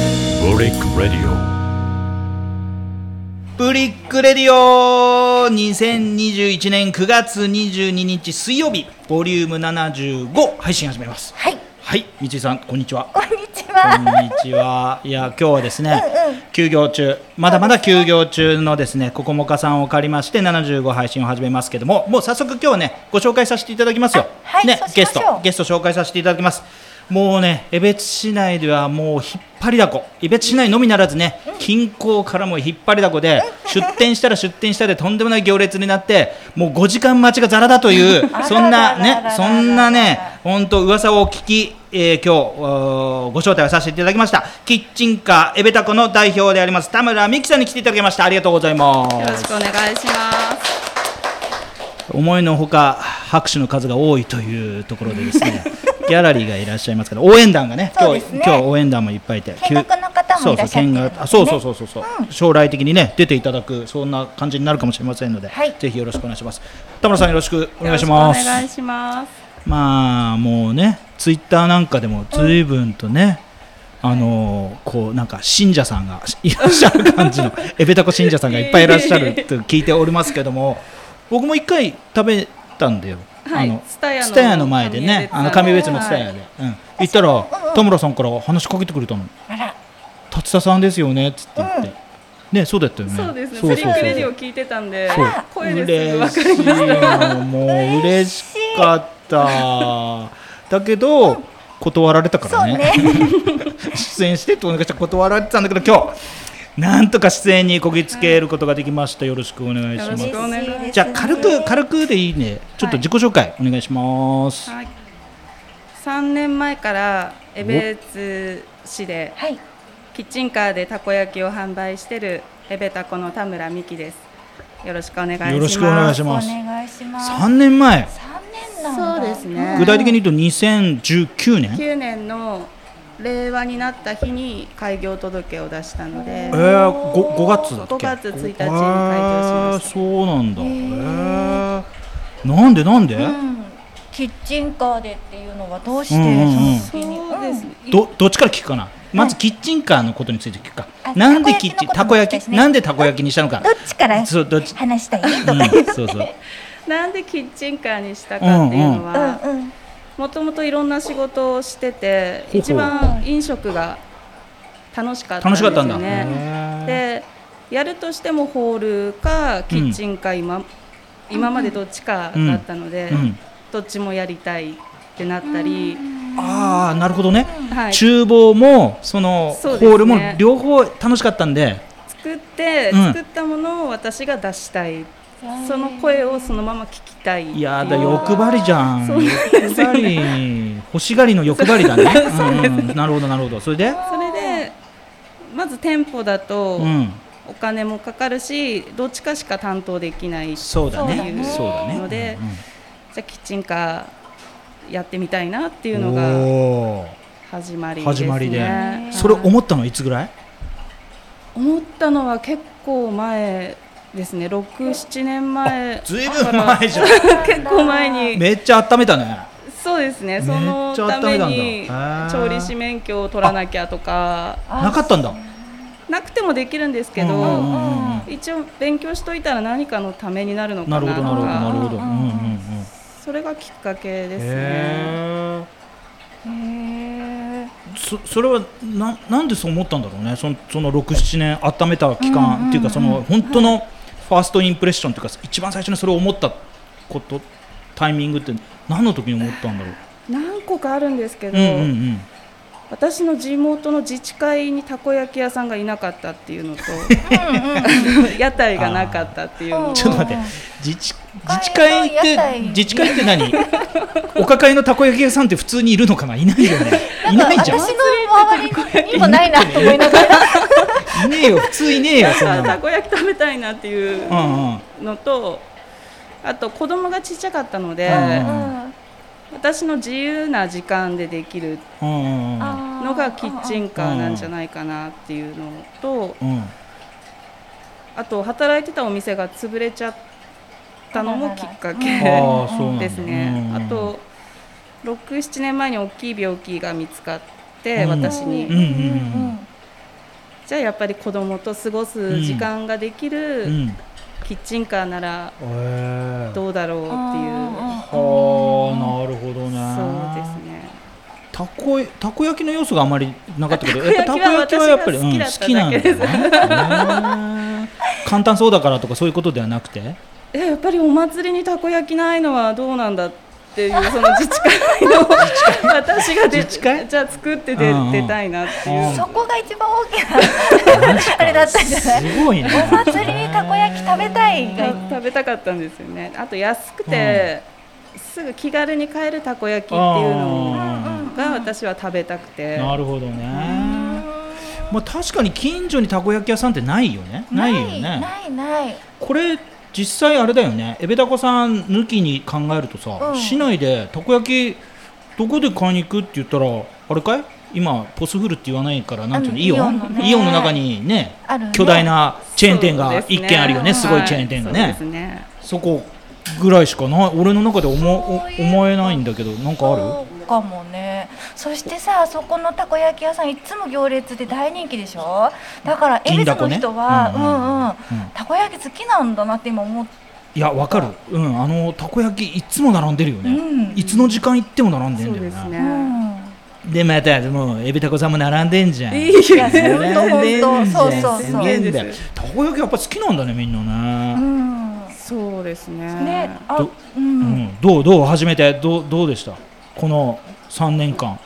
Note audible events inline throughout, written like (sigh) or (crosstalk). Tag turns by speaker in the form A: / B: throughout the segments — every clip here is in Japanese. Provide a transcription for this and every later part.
A: リック・レディ
B: ブリックレディオ2021年9月22日水曜日ボリューム75配信始めます
C: はい、
B: はい三井さんこんにちは
C: こんにち
B: こん
C: は。
B: にちは。いや今日はですね、休業中、まだまだ休業中のですね、ここもかさんを借りまして75配信を始めますけども、もう早速今日はね、ご紹介させていただきますよ。
C: あはい
B: ね
C: そうし
B: ゲ
C: ましょう
B: ストゲスト紹介させていただきます。もうね、江別市内ではもう引っ張りだこ、江別市内のみならずね、近郊からも引っ張りだこで、出店したら出店したでとんでもない行列になって、もう5時間待ちがざらだという、そんな
C: あららららら
B: ね
C: ら、
B: そんなね、本当噂を聞き、えー今日おーご招待をさせていただきましたキッチンカーエベタコの代表であります田村美希さんに来ていただきましたありがとうございま
D: よろし
B: す
D: くお願いします。
B: 思いのほか拍手の数が多いというところでです
C: (laughs)
B: ねギャラリーがいらっしゃいますから応援団がね
C: そう
B: 今
C: で
B: 日
C: すね
B: 今日応援団もいっぱいいて
C: 見学の方もいらっしゃってるんですね
B: そうそう見学あそうそうそうそう、将来的にね出ていただくそんな感じになるかもしれませんので、
C: はい
B: ぜひよろしくお願いします田村さんよろしくお願いします
D: よろくお願いします。
B: まあもうねツイッターなんかでも随分とね、あのーこうなんか信者さんがいらっしゃる感じのエベタコ信者さんがいっぱいいらっしゃると聞いておりますけども僕も一回食べたんだよ、
D: はい
B: あの
D: 蔦屋の
B: の前でねあの
D: 神
B: 神
D: 別
B: 別
D: さ
B: の
D: んの
B: 蔦屋で、うん、行ったら田村さんから話しかけてくれたの
C: あら、
B: 「達田さんですよね」っつって言って、ねそうだったよね
D: そうですね。
B: そう
D: ブ
B: そう
D: リ
B: そう
D: ックレディを聞いてたんで
B: そう、
D: 声ですぐわかる。
B: 嬉しいのもう嬉しかっただけど断られたか
C: そ
B: ら
C: う
B: ね
C: ね。
B: (laughs) 出演してってお願いしたら断られてたんだけど今日なんとか出演にこぎつけることができましたよろしくお願いしま
D: よろしく
B: す
D: お願いします
B: じゃあ軽く軽くでいいねちょっと自己紹介お願いします、
D: はい。三年前から江別市で
C: はい、
D: キッチンカーでたこ焼きを販売してる江ベタコの田村美希です。よろしくお願いします。
B: よろしくお願いし
C: お
B: ます
C: 願いします。
B: 3年前
C: 三年なんだ。
D: そうですね
B: 具体的に言うと2019年
D: 9年の令和になった日に開業届を出したので
B: え、ー、ご5月だっけ
D: 5月1日に開業しました
B: えーそうなんだ、えーなんでなんで、
C: うん。キッチンカーでっていうのはどうして
B: う
C: そ
B: んうんうん
C: の
D: そうですね。
B: どどっちから聞くかなまずキッチンカーのことについて聞くか、
C: あ
B: なんでキッチンた
C: た
B: こ
C: こ
B: 焼き、
C: 焼きのことですね
B: なんでたこ焼きにしたのか
C: どっちから
B: そうどっち、
C: 話したいと
B: う
C: か。
B: ん、そう
D: (laughs)
B: そう
D: なんでキッチンカーにしたかっていうの
C: う
D: は、
C: んうん。
D: もともといろんな仕事をしてて
B: ほうほう
D: 一番飲食が楽しかったん
B: 楽
D: です
B: しかった
D: よ
B: んだ、
D: ね。
B: へ
D: でやるとしてもホールかキッチンか今,、今までどっちかだったので、
B: ーうん、
D: どっちもやりたいってなったり、
B: ああなるほどね、
D: はい、作
B: 厨房もその
D: そうですね
B: ホールも両方楽しかったんで
D: って、
B: うん
D: 作ったものを私が出したいその声をそのまま聞きたい
B: いやだ欲張りじゃん
D: そう
B: 欲張り欲しがりの欲張 (laughs) りだねうん、なるほどなるほどそれで
D: それでまず店舗だと、
B: うん
D: お金もかかるしどっちかしか担当できない
B: そうだ
C: そうだ
B: ね
C: ね
B: そうだね
D: のでじゃあキッチンカーやってみたいなってい
B: うん
D: う
B: うん
D: のが
B: おー
D: 始まりですね
B: 始まりで
D: はい
B: それ思ったのいつぐらい
D: 思ったのは結構前ですね67年前
B: ずいぶん前じゃん
D: (laughs) 結構前に
B: めっちゃ温めたね
D: そうですねそ
B: めっ
D: の
B: ちゃ
D: た
B: 温め
D: め
B: たんだ
D: に
B: へー
D: 調理師免許を取らなきゃとか
B: なかったんだ
D: なくてもできるんですけ
B: うんうんうん
D: ど
B: うん
D: 一応勉強しといたら何かのためになるのか
B: な
D: な
B: る
D: と
B: ほどなるほどなるほ
D: か
B: どうんうんうん
D: それがきっかけですね。
B: へー
C: へー
B: そそれはななんでそう思ったんだろうねそのその67年温めた期間、
C: うんうんうん
B: っていうかその本当のファーストインプレッションっていうか一番最初にそれを思ったことタイミングって何の時に思ったんだろう、
D: 何個かあるんですけど、
B: うんうん
D: 私の地元の自治会にたこ焼き屋さんがいなかったっていうのと (laughs) 屋台がなかったっていうの
C: あー
D: と
B: ちょっと待って自治自治会っ
C: 北海道屋
B: て
C: 台
B: 自治会って何お抱えのたこ焼き屋さんって普通にいるのかないないよねいないじゃん
C: 私の周りにもないなと思いながら。
B: いねえよ普通いねえよそんな
D: た
B: の
D: こ焼き食べたいなっていう
B: うんうん
D: のと、あと子供がちっちゃかったので、
B: うん
C: うん
D: 私の自由な時間でできる
B: うんうんうん
C: あー
D: のがキッチンカーなんじゃないかなっていうのと
B: うん
D: あと働いてたお店が潰れちゃったのもきっかけ。
B: ああそうなんだ
D: ですね。あと67年前に大きい病気が見つかって、
B: うん
D: 私
C: うん
D: に
B: んうんうん
D: じゃあやっぱり子供と過ごす時間ができ
B: う
D: る
B: ん
D: キッチンカーなら
B: えー、
D: どうだろうってい
C: あ
D: う
B: はあなるほど
D: そう
B: ね
D: ですね
B: たこいたこ焼きの要素があまりなかったけど、
D: たこ
B: やっぱた
D: 焼
B: こ焼き
D: きは
B: はやっぱり、うん、
D: 私が
B: 好
D: 好
B: き
D: きだ
B: な
D: っ
B: んだ
D: ただけです
B: ね。へー簡単そうだからとかそういうことではなくて、
D: えやっぱりお祭りにたこ焼きないのはどうなんだって
B: (laughs)
D: いうその自治会の (laughs) 私がで
B: 自治会
D: じゃあ作って出
B: うんうん
D: 出たいなっていううん
C: そこが一番大きなあれだったんじゃない
B: すごい
D: (laughs)
B: ね。
C: お祭りにたこ焼き食べたいが
D: が食べたかったんですよねあと安くて、すぐ気軽に買えるたこ焼きっていうの
B: あ
D: が私は食べたくて
B: ーなるほどね。まあ確かに近所にたこ焼き屋さんってないよね。ないよね。
C: ないない
B: これ実際あれだよね。エベタコさん抜きに考えるとさ、
C: うん
B: 市内でたこ焼きどこで買いに行くって言ったらあれかい？今ポスフルって言わないからなんていうの
C: あの
B: イオン
C: イオンのね
B: イオンの中にね
C: あるね
B: 巨大なチェーン店
D: そう
B: が
D: ですね
B: 一軒あるよねすごいチェーン店が
D: はい
B: ね
D: そうですね
B: そこぐらいしかない俺の中で思
C: そういえば
B: 思えないんだけどなんかある
C: そうかもねそしてさあそこのたこ焼き屋さんいつも行列で大人気でしょだから恵比
B: 銀
C: 寿
B: だこ
C: の
B: ね
C: 人は、
B: うん
C: う
B: うん
C: ん
B: う
C: うんんたこ焼き好きなんだなって今思って
B: いやわかるうんあのたこ焼きいつも並んでるよね、
C: うん
B: いつの時間行っても並んで
D: そ
B: ん
D: う
B: だよ
D: です
B: ね
C: う
D: ね、
C: ん
B: でまたもうエビタコさんも並んでんじゃん
D: いい
C: や
B: 並んでんじゃん
C: ほんとほんとそうそうそう
B: すげえんだよ
D: です
B: たこ焼きやっぱ好きなんだねみんな
C: う
B: ね、
C: ん
D: そうですね
C: ねあ
B: ど
C: う
B: うん
C: ん
B: どうどう初めてどうどうでしたこの三年間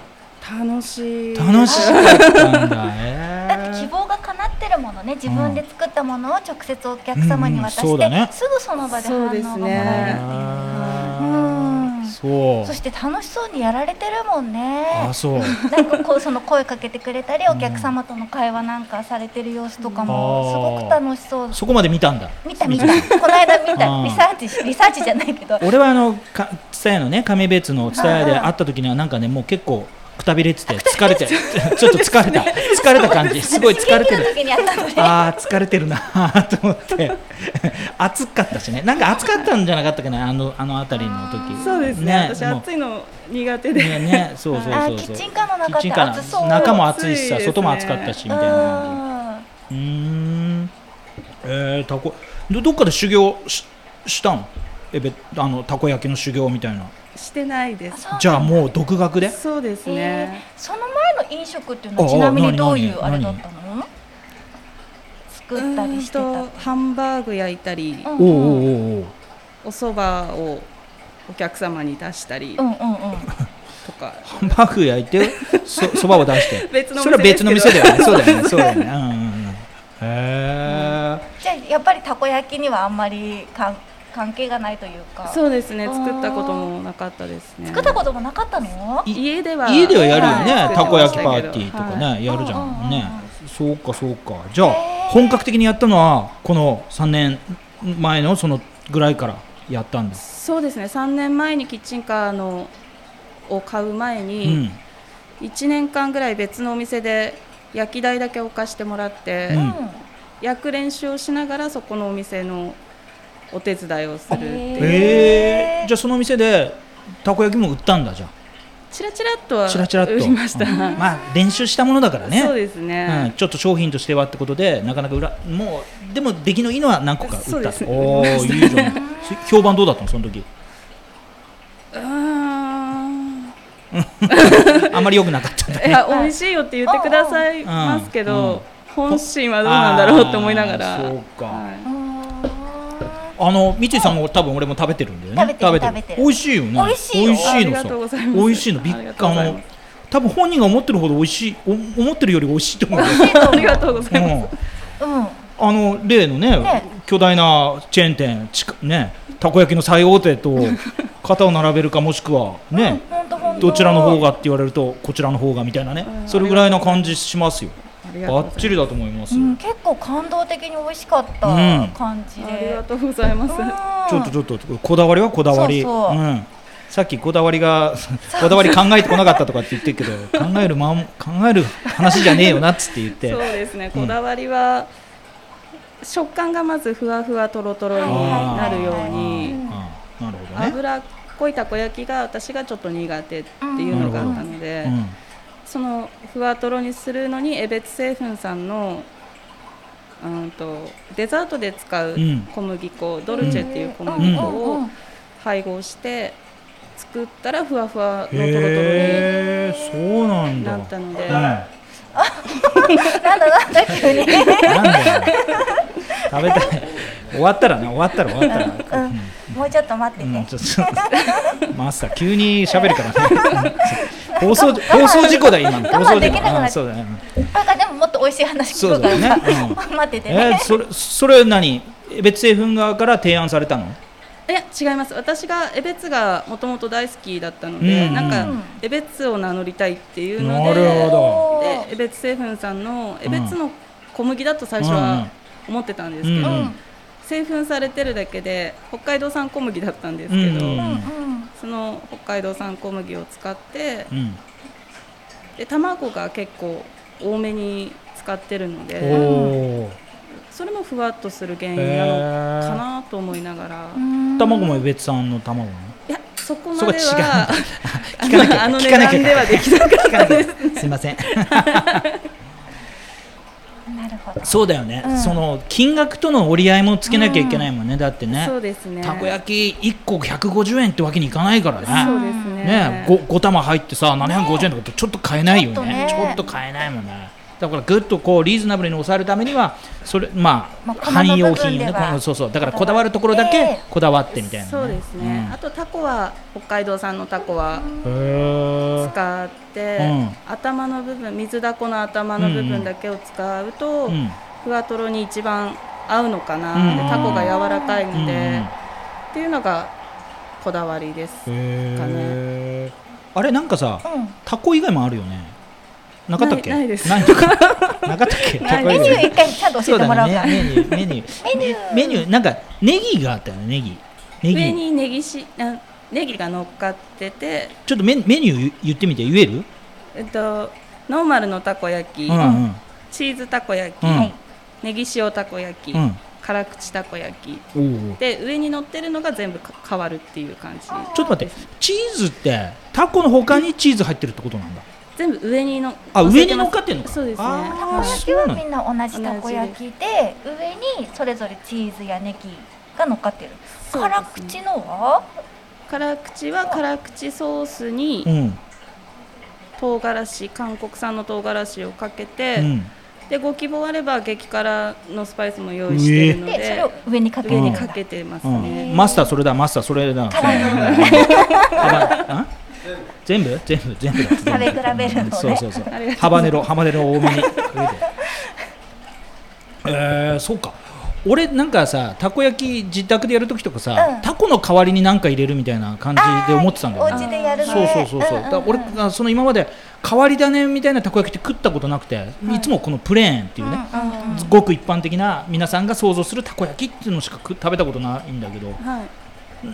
D: 楽しい
B: 楽しかったんだ
C: だって希
B: ね
C: 望が叶ってるものね自分で作ったものを直接お客様に渡して、
B: うんうんそうだね
C: すぐその場で反応がもらえるっていう
B: あー
C: うん
B: そう
C: そして楽しそうにやられてるもんね
B: あそう
C: なんかこうその声かけてくれたり
B: うん
C: お客様との会話なんかされてる様子とかもすごく楽しそう
B: そこまで見たんだ
C: 見た見
B: (laughs)
C: たこの間見
B: う
C: た
B: ん
C: リサーチしリサーチじゃないけど
B: 俺はあのか蔦屋のね亀別の蔦屋で
C: うんうん
B: 会った時にはなんかねもう結構くたびれてて疲
C: (laughs)
B: れてちょっと疲れた疲れた感じすごい (laughs) 疲れて
C: 刺激の
B: る
C: 時にやったのね
B: あー疲れてるな (laughs) と思って (laughs) 暑かったしねなんか暑かったんじゃなかったっけなあのあの辺りの時
D: そうですね私
B: もう
D: 暑いの苦手で、
B: ねねそうそう
C: あ
B: そ
C: ー
B: う
C: キ
B: そう
C: ッチンカーの中って
B: キッチンカーな
C: 暑そう
B: 中も暑いし
D: 暑いです
B: さ
D: ね
B: 外も暑かったしみたいな感じ
C: うん
B: うーん。えー、たこどどっかで修行ししたんえべあのたこ焼きの修行みたいな
D: してないです
C: そう
B: じゃあもう独学で
D: そうです
C: え
D: ね、
C: ーその前の飲食っていうのは
B: ああ
C: ちなみに
B: 何
C: どういう
B: 何
C: あれだったの作ったりしてた
D: うーんとハンバーグ焼いたり、
C: うん
B: おうおうおうおう
D: お蕎麦をお客様に出したり
C: うんうんうん
D: とか、
B: ハンバーグ焼いて
D: (laughs)
B: そそばを出して
D: 別のお店
B: それは別の店だよね
D: (laughs) ですけ
B: そう
D: ど
B: だよねそうだよねうんうんうんへ
C: じゃあやっぱりたこ焼きにはあんまり関関係がないというか
D: そうですね作ったこともなかったですね
C: 作ったこともなかったの
B: い
D: 家で
B: え
D: は
B: 家ではやるよ
D: は
B: ね
D: い
B: たこ焼きパーティーとか
D: はい
B: ねやるじゃ
C: うんうんうんん
B: ねそうかそうかじゃあ
C: へー
B: 本格的にやったのはこの3年前のそのぐらいからやったんです
D: そうですね3年前にキッチンカーのを買う前
B: うん
D: に、1年間ぐらい別のお店で焼き台だけ置かしてもらって、
B: うん
D: 焼く練習をしながらそこのお店のお手伝いをするっていう、
B: えー、じゃあその店でたこ焼きも売ったんだじゃ
D: チラチラっと
B: あ
D: は
B: チラチラっと
D: 売りました、
B: うんまあ練習したものだからね
D: そうです
B: うん、
D: ね、
B: ちょっと商品としてはってことでなかなか裏もうでも出来のいいのは何個か売
D: そう
B: った
D: ですね
B: おおーいいじゃん評判どうだったのその時
D: うーん
B: あんまり良くなかったん
D: (laughs)
B: だ
D: いや美味しいよって言ってくださいますけ
B: うんうん
D: ど、本心はどうなんだろうって思いなが
B: あ
D: ら
B: ーそうか
C: う
D: は
C: ん
B: あの三井さんも多分俺も食べてるんだよね
C: 食べてる食べてる
B: 美味しいよね
C: 美味しいよ
B: 美味しい
D: あり
B: の
D: が
B: さ
D: とうございます
B: 美味しいのびっ
D: ありがとう
B: あ
D: ござい
B: の
D: ます
B: 多分本人が思ってるほど美味しいお思ってるより美味しいと思う
D: (laughs)
B: よ、
D: いありがとうございます、
B: うん
C: うん
B: あの例のね
C: ね
B: 巨大なチェーン店ちかねたこ焼きの最大手と肩を並べるかもしくはね、
C: ほんとほんと
B: どちらの方がって言われるとこちらの方がみたいなね、
D: うん
B: それぐらいな感じしますよ
D: ありがとう
B: バ
D: ご
B: ッ
D: ざいます
B: チリだと思います、
C: うん、結構感動的に美味しかった
B: うん
C: 感じ
D: ありが
C: で、
D: とうございます、
B: ちょ
C: うん
B: っとちょっとこだわりはこだわり、
C: そうそうん
B: さっきこだわりがこだわり考えてこなかったとかって言ってるけど
D: (laughs)
B: 考えるまん考える話じゃねえよなっつって言って
D: そうですねこだわりは、食感がまずふわふわとろとろに
B: あー
D: なるよう
B: う
D: に
B: んなるほどね、
D: 脂っこいたこ焼きが私がちょっと苦手っていうのがあったので、
B: うん
D: そのふわとろにするのに江別製粉さんのうんとデザートで使う
B: うん
D: 小麦粉、ドルチェっていう小
B: う
D: 麦
B: ん
D: 粉
C: うんう
D: を
C: ん
D: 配合して作ったらふわふわのとろとろ
B: へえそうなん
D: に
B: だ
D: なったので、
B: うん
C: なんだなんだ急に。
B: なんだよ。食べたい。終わったらね、終わったら終わったら。
C: もうちょっと待って
B: うん、
C: ね。
B: ちょっと。マスター、急に喋るからね。放送、放送事故だ、今の。放
C: 我
B: 送
C: 慢で
B: 事
C: き
B: 故
C: なくなっちゃう
B: うんそうだね。
C: あでももっと美味しい話聞
B: そ
C: く
B: うだ
C: から
B: よ
C: さ
B: ね。うん
C: 待ってて
B: え
C: ね
B: ー。それ、それ何、別府側から提案されたの。
D: いや違います私が江別がもともと大好きだったので、
B: うん
D: なん
C: うん
D: か江別を名乗りたいっていうの
B: な
D: で
B: るほど
C: おー
D: で江別製粉さんの
B: ん
D: 江別の小麦だと最初は思ってたんですけど、
B: うん
D: 製粉されてるだけで北海道産小麦だったんで
B: う
D: すけ
B: ん
D: ど、
B: うん
C: うん
D: その北海道産小麦を使って
B: うん。
D: で卵が結構多めに使ってるの
B: お
D: で
B: お。
D: それもふわっとする原因なのか
B: え
D: なと思いながら、
C: う
D: い
C: ん。
B: 卵も別さんの卵なの。
D: やそこ
B: そこ
D: まで
B: 違う
D: はあ
B: 聞かなき
D: の
B: ゃ
D: (laughs) あの
B: 聞
D: 値
B: かなきゃ
D: 段ではできなかった
B: 聞かなきゃすいません。 (laughs)
C: なるほど。
B: そうだよね、
C: うん
B: その金額との折り合いもつけなきゃいけないもんね、だってね
D: そうですね。
B: たこ焼き1個150円ってわけにいかないから
D: そ
B: ね
D: うですね。
B: ね5、五玉入ってさ750円とかってちょっと買えないよね
C: ちょっとね
B: ちょっと買えないもんねだからぐっとこうリーズナブルに抑えるためにはそれまあ、
C: まあ
B: 汎用品よ
C: この部分で
B: ね
C: は
B: このそうそうだからこだわるところだ
C: え
B: け
C: え
B: こだわってみたいな、ね、
D: そうですね。あとタコは北海道産のタコ
B: う
D: は
B: んへー
D: 使って、
B: う
D: 頭の部分水だこの頭の部分だけを使うと、
B: うん
D: ふわとろに一番合うのかな、
B: うん
D: でタコが柔らかいの
B: う
D: で、
B: ん
D: っていうのがこだわりです。か
B: へ
D: ね
B: ーあれなんかさ、タコ以外もあるよねなかったっけ
D: ないないです
B: ないのかなかったっけ
C: (laughs)
D: な
B: タ
C: う
D: い
C: ん。
B: コ以外
C: メニュー一回ちゃんと教
B: そ
C: え
B: う
C: て
B: だ
C: もらおう
B: ね
C: か。
B: メニューメニュー
C: メニュー
B: メニューなんかネギがあったよねネギネ
D: 上
B: ギ
D: にネギしあネギが乗っかってて、
B: ちょっとメメニュー言言ってみて言える
D: えっとノーマルのたこ焼き、
B: うんうん
D: チーズたこ焼き、
B: うん
D: ネギ塩たこ焼き、
B: うん
D: 辛口たこ焼き
B: おー
D: で上に乗ってるのが全部か変わるっていう感じ
B: ちょっと待ってチーズってタコの他にチーズ入ってるってことなんだ
D: 全部上にの
B: あ
D: 乗せ
B: 上に
D: ます
B: 乗っかってんのか
D: そうです
C: た
D: ね
C: こ
B: あー
C: 焼き
B: そう
C: は
B: な
C: み
B: の
C: んな同じたこ焼きで上にそれぞれチーズやネギが乗っかってる。
D: そうです
C: 辛
D: ね
C: 口のは？
D: 辛口は辛口ソースに
B: うん
D: 唐辛子韓国産の唐辛子をかけて、
B: うん
D: でご希望あれば激辛のスパイスも用意してるので、
C: でそれを上にかけ
D: 上
C: る
D: に
C: ん
D: か
C: だ。
D: けてます
B: う
D: ね、
B: んマスターそれだマスターそれだ
C: 辛いの
B: 幅全部全部全部だ
C: 食べ比べるのね
B: うんそうそうそう
D: ありがとうございます
B: ハバネロハバネロ多
C: (laughs)
B: めにえー、そうか俺なんかさたこ焼き自宅でやるときとかさ、
C: うん
B: タコの代わりになんか入れるみたいな感じで思ってたんだ
C: お
B: よ
C: 家
B: ね
C: でやるの
B: そう
C: ね。
B: そうそうそう、
C: んん
B: だ
C: ん
B: から俺がその今まで代わり種みたいなたこ焼きって食ったことなくて、い、つもこのプレーンっていうね、
C: うんうんうん
B: ごく一般的な皆さんが想像するたこ焼きっていうのしか食食べたことないんだけど
D: はい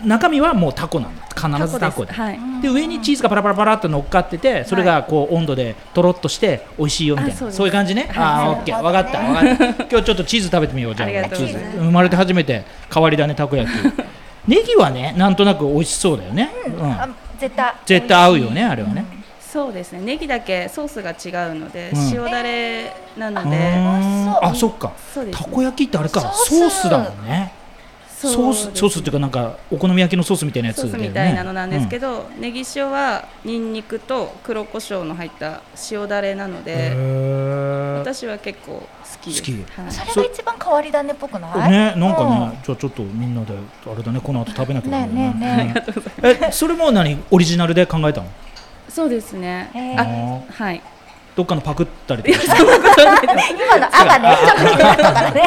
B: 中身はもうタコなんだ必ずタコで
D: ですはい
B: で上にチーズがパラパラパラっと乗っかっててそれがこう温度でとろっとして美味しいよみたいな
D: あ
B: そ
D: そう
B: う
D: です
B: いう感じねああ
C: は
B: オ
C: い
B: ッケー分かった分かった今日ちょっとチーズ食べてみようじゃあ
D: ありがとう
B: チ
D: ご
B: ー
D: ざいます
B: ズ生まれて初めて変わりだねたこ焼きネギはねなんとなく美味しそうだよね、うん
C: あ絶対
B: 絶対合うよねあれはね、
D: そうですねネギだけソースが違うので、
B: うん
D: 塩だれな
B: う
D: の
B: ー
D: で、
B: ん
C: 美味しそう
B: あそっか
D: そうです
B: た
D: ね
B: こ焼きってあれかソ
C: ソ
B: ー
C: ー
B: ス
C: ス
B: だもんねソース
D: そうです
B: ソースっていうかなんかお好み焼きのソースみたいなやつ
D: ソ
B: だ
D: ー
B: よ
D: ス
B: ね
D: みたいなのなんですけ
B: ど、
D: ど、ネギ塩はニンニクと黒胡椒の入った塩だれなの
B: うんへ
D: で、
B: ー
D: 私は結構好きです。
B: 好き
D: はい
C: それが一番変わり種っぽくない
B: ね、なんか
C: う
B: ね、じゃあちょっとみんなであれだね、この後食べなきゃダメだ
C: ねえねえねえありが
B: え、それも何オリジナルで考えたの？
D: そうですね。
C: へー
D: あ、はい。
B: どっかのパクったりとかした。
C: 今の「あ」がねちょっと気になったからね